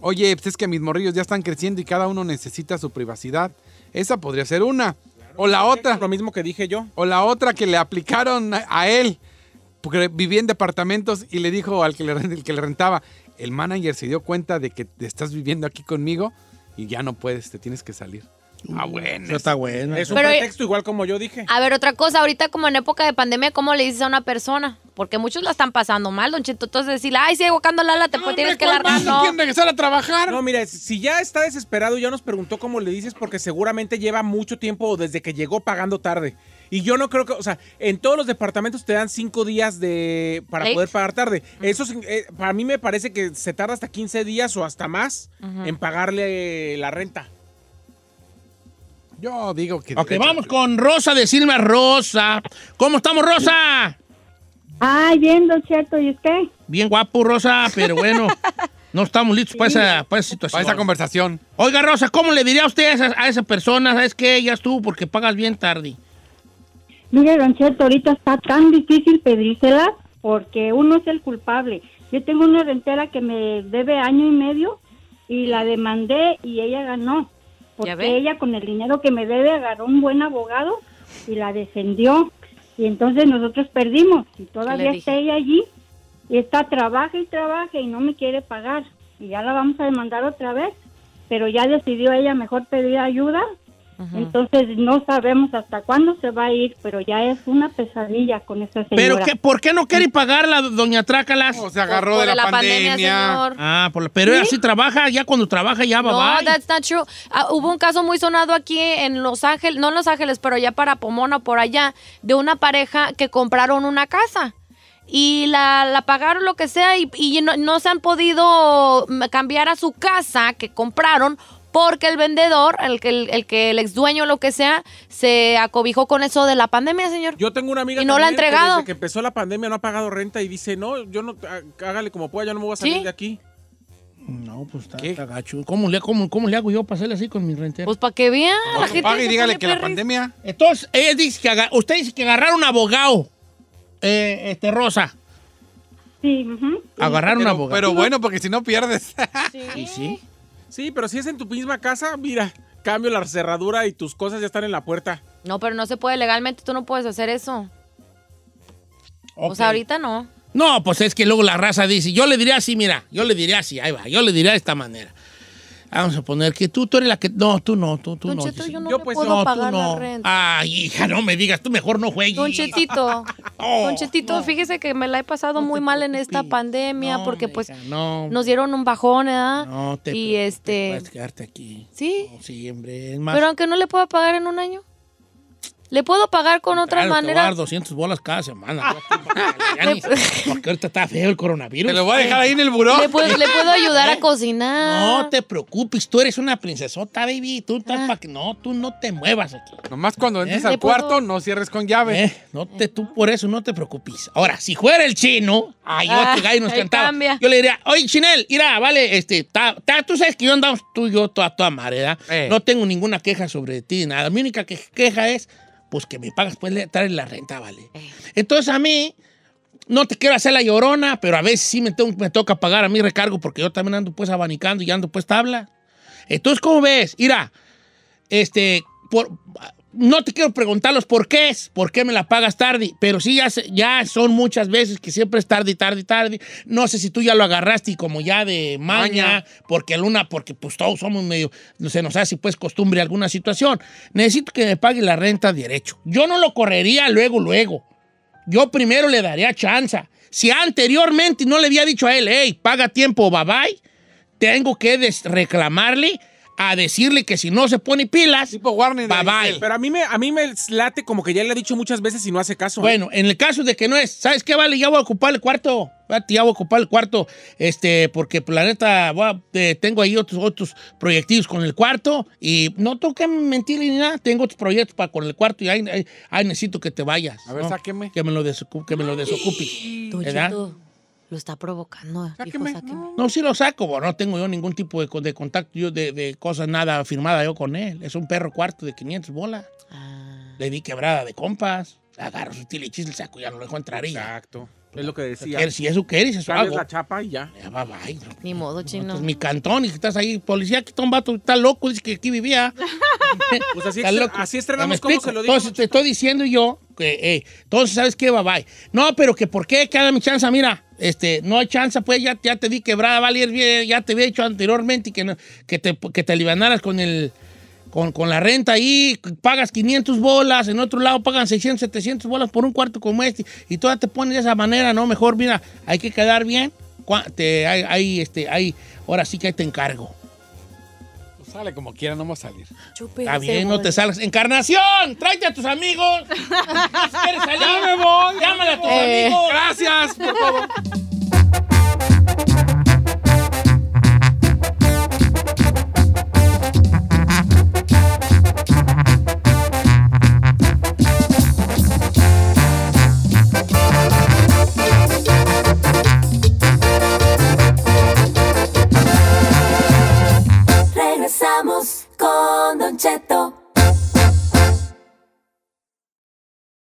S2: oye, pues es que mis morrillos ya están creciendo y cada uno necesita su privacidad. Esa podría ser una. O la otra. Lo
S4: mismo que dije yo.
S2: O la otra que le aplicaron a- a él. Porque vivía en departamentos y le dijo al que le, el que le rentaba, el manager se dio cuenta de que te estás viviendo aquí conmigo y ya no puedes, te tienes que salir. Ah, bueno.
S1: Eso está bueno.
S4: Es un
S3: Pero- eh,
S4: pretexto igual como yo dije.
S3: A ver, otra cosa, ahorita como en época de pandemia, ¿cómo le dices a una persona? Porque muchos la están pasando mal, don Cheto. Entonces decirle, ay, si aguacando Lala, te puedes tienes que largar. No.
S2: regresar a trabajar?
S4: No, mira, si ya está desesperado, ya nos preguntó cómo le dices, porque seguramente lleva mucho tiempo desde que llegó pagando tarde. Y yo no creo que, o sea, en todos los departamentos te dan cinco días de para
S3: Break.
S4: poder pagar tarde. Eso es- eh, para mí me parece que se tarda hasta 15 días o hasta más
S3: Ujú.
S4: en pagarle la renta.
S2: Yo digo que...
S1: Ok, vamos con Rosa de Silva Rosa. ¿Cómo estamos, Rosa?
S6: Ay, bien, Don Cheto, ¿y usted?
S1: Bien guapo, Rosa, pero bueno, no estamos listos para esa, para esa
S2: Para
S1: situación.
S2: esa conversación.
S1: Oiga, Rosa, ¿cómo le diría a usted a esas, a esas personas? ¿Sabes qué? Ya estuvo porque pagas bien tarde.
S6: Mire, Don Cheto, ahorita está tan difícil pedírsela porque uno es el culpable. Yo tengo una rentera que me debe año y medio y la demandé y ella ganó. Porque
S3: Ya ve.
S6: ella con el dinero que me debe agarró un buen abogado y la defendió. Y entonces nosotros perdimos. Y todavía
S3: dije?
S6: está ella allí y está, trabaja y trabaja y no me quiere pagar. Y ya la vamos a demandar otra vez. Pero ya decidió ella mejor pedir ayuda
S3: Ujú.
S6: entonces no sabemos hasta cuándo se va a ir, pero ya es una pesadilla con esa señora.
S1: ¿Pero qué, por qué no quiere pagarla, doña Trácalas?
S2: O se agarró de la, pandemia.
S3: señor.
S1: Ah, por la- pero ella sí trabaja, ya cuando trabaja ya va,
S3: No,
S1: bye.
S3: that's not true. Ah, hubo un caso muy sonado aquí en Los Ángeles, no en Los Ángeles, pero ya para Pomona, por allá, de una pareja que compraron una casa. Y la, la pagaron lo que sea y, y no, no se han podido mm, cambiar a su casa que compraron porque el vendedor, el que el, el que el ex dueño, lo que sea, se acobijó con eso de la pandemia, señor.
S4: Yo tengo una amiga
S3: Y no la ha
S4: también que
S3: entregado.
S4: desde que empezó la pandemia no ha pagado renta y dice, no, yo no, há- hágale como pueda, yo no me voy a salir
S3: ¿Sí?
S4: de aquí.
S1: No, pues está,
S2: ¿Qué?
S1: está gacho. ¿Cómo le, cómo, cómo le hago yo para hacerle así con mi rentera?
S3: Pues para que vean. la gente
S2: Pague y
S3: se
S2: dígale
S3: pone
S2: que la
S3: perris.
S2: pandemia...
S1: Entonces, ella dice que aga- usted dice que agarraron un abogado, eh, este, Rosa.
S6: Sí, ujú.
S1: Agarraron un
S2: Pero,
S1: abogado.
S2: pero bueno, porque si no pierdes.
S1: Y sí.
S4: Sí, pero si es en tu misma casa, mira, cambio la cerradura y tus cosas ya están en la puerta.
S3: No, pero no se puede legalmente, tú no puedes hacer eso. O
S1: Ok.
S3: sea, ahorita no.
S1: No, pues es que luego la raza dice, yo le diría así, mira, yo le diría así, ahí va, yo le diría de esta manera. Vamos a poner que tú, tú eres la que... No, tú no, tú, tú
S3: Don
S1: no.
S3: Cheto,
S1: Giselle.
S3: yo no
S4: Yo,
S3: le
S4: pues,
S3: puedo
S1: no,
S3: pagar
S1: tú no.
S3: la renta.
S1: Ay, hija, no me digas, tú mejor no juegues.
S3: Don Chetito,
S1: Oh,
S3: Don Chetito, fíjese que me la he pasado
S1: no
S3: muy
S1: te
S3: mal en esta
S1: preocupes.
S3: pandemia
S1: No,
S3: porque
S1: mija,
S3: pues
S1: no,
S3: nos dieron un bajón, ¿verdad?
S1: no te
S3: y
S1: preocupes, pues,
S3: este,
S1: puedes quedarte aquí.
S3: sí,
S1: No, sí, hombre, es más...
S3: pero aunque no le pueda pagar en un año, le puedo pagar con otra
S1: Claro, te voy a
S3: manera. Ah. Pues,
S1: dar 200 bolas cada semana. yo a ti, porque, ya ni- porque ahorita está feo el coronavirus.
S2: Te lo voy a dejar ahí en el buró.
S3: Le puedo, le puedo ayudar a cocinar.
S1: Eh, No te preocupes, tú eres una princesota, baby.
S3: Ah.
S1: Tú estás pa' que... No, tú no te muevas aquí.
S2: Nomás cuando entres
S1: ¿Eh?
S2: al
S3: ¿Le puedo?
S2: cuarto, no cierres con llave.
S1: Eh, no te, tú por eso no te preocupes. Ahora, si fuera el chino, ay, yo
S3: Ah,
S1: este gallo nos
S3: ahí
S1: cantaba.
S3: cambia.
S1: Yo le diría, oye, Chinel, mira, vale, este, ta- ta- tú sabes que yo andamos tú y yo toda, toda madre, ¿verdad?
S2: Eh.
S1: No tengo ninguna queja sobre ti, nada. Mi única que- queja es, pues que me pagas, pues le traes la renta, vale.
S3: Eh.
S1: Entonces a mí, no te quiero hacer la llorona, pero a veces sí me, tengo- me toca pagar a mi recargo porque yo también ando pues abanicando y ando pues tabla. Entonces, ¿cómo ves? Mira, este, por, no te quiero preguntar los porqués, por qué me la pagas tarde, pero sí ya, se- ya son muchas veces que siempre es tarde, tarde, tarde. No sé si tú ya lo agarraste y como ya de maña,
S2: Maña.
S1: porque alguna, porque pues todos somos medio, se nos hace pues costumbre alguna situación. Necesito que me pague la renta derecho. Yo no lo correría luego, luego. Yo primero le daría chance. Si anteriormente no le había dicho a él, hey, paga tiempo, bye bye, tengo que des- reclamarle a decirle que si no se pone pilas,
S2: Tipo Warner.
S1: Bye, bye.
S4: Pero a mí me, a mí me late como que ya le he dicho muchas veces y no hace caso.
S1: Bueno, en el caso de que no es, ¿sabes qué, vale? Ya voy a ocupar el cuarto. Fíjate, Ya voy a ocupar el cuarto, este, porque pues, la neta, voy a- eh, tengo ahí otros, otros proyectivos con el cuarto y no tengo que mentir ni nada, tengo otros proyectos para con el cuarto y ahí, ahí- ahí necesito que te vayas.
S2: A ver,
S1: ¿no?
S2: sáqueme.
S1: Que me lo, desocu- que me lo desocupes.
S3: Don
S1: ¿verdad?
S3: Cheto, lo está provocando. hijo,
S2: Sáqueme.
S3: sáqueme.
S1: No, sí lo saco, bo, no tengo yo ningún tipo de, co- de contacto, yo de, de cosas nada firmada yo con él. Es un perro cuarto de 500 bolas.
S3: Ah.
S1: Le di quebrada de compas. Agarro su tile y chisle, saco, ya no lo dejo entrar. y ya.
S4: Exacto. Es lo que decía.
S1: Él, si eso quieres, eso
S4: Cambias
S1: hago.
S4: la chapa y ya.
S1: Ya va, bye, no.
S3: Ni modo, chino.
S1: Pues mi cantón, y que estás ahí, policía, aquí está un vato, está loco, dice que aquí vivía.
S4: Pues así,
S1: Está
S4: extra-
S1: loco.
S4: así
S1: ¿Me
S4: estrenamos como
S1: explico?
S4: se lo digo.
S1: Entonces te estoy diciendo yo que, eh, entonces, ¿sabes qué? Bye bye. No, pero que por qué, que haga mi chanza, mira, este, no hay chanza, pues ya, ya te vi quebrada, vale, bien, ya te había hecho anteriormente y que, no- que te, que te alivianaras con el. Con, con la renta ahí, pagas 500 bolas, en otro lado pagan 600, 700 bolas por un cuarto como este, y todas te pones de esa manera, ¿no? Mejor, mira, hay que quedar bien. Cua- Te, hay, hay, este, hay, ahora sí que ahí te encargo.
S2: Pues sale como quiera, no vamos a salir.
S1: Está bien, no te salgas. ¡Encarnación! ¡Tráete a tus amigos! ¿Quieres salir? ¡Ya me voy! ¡Llámale a tus
S3: Eh.
S1: amigos!
S2: Gracias por todo.
S7: Regresamos con Don Cheto.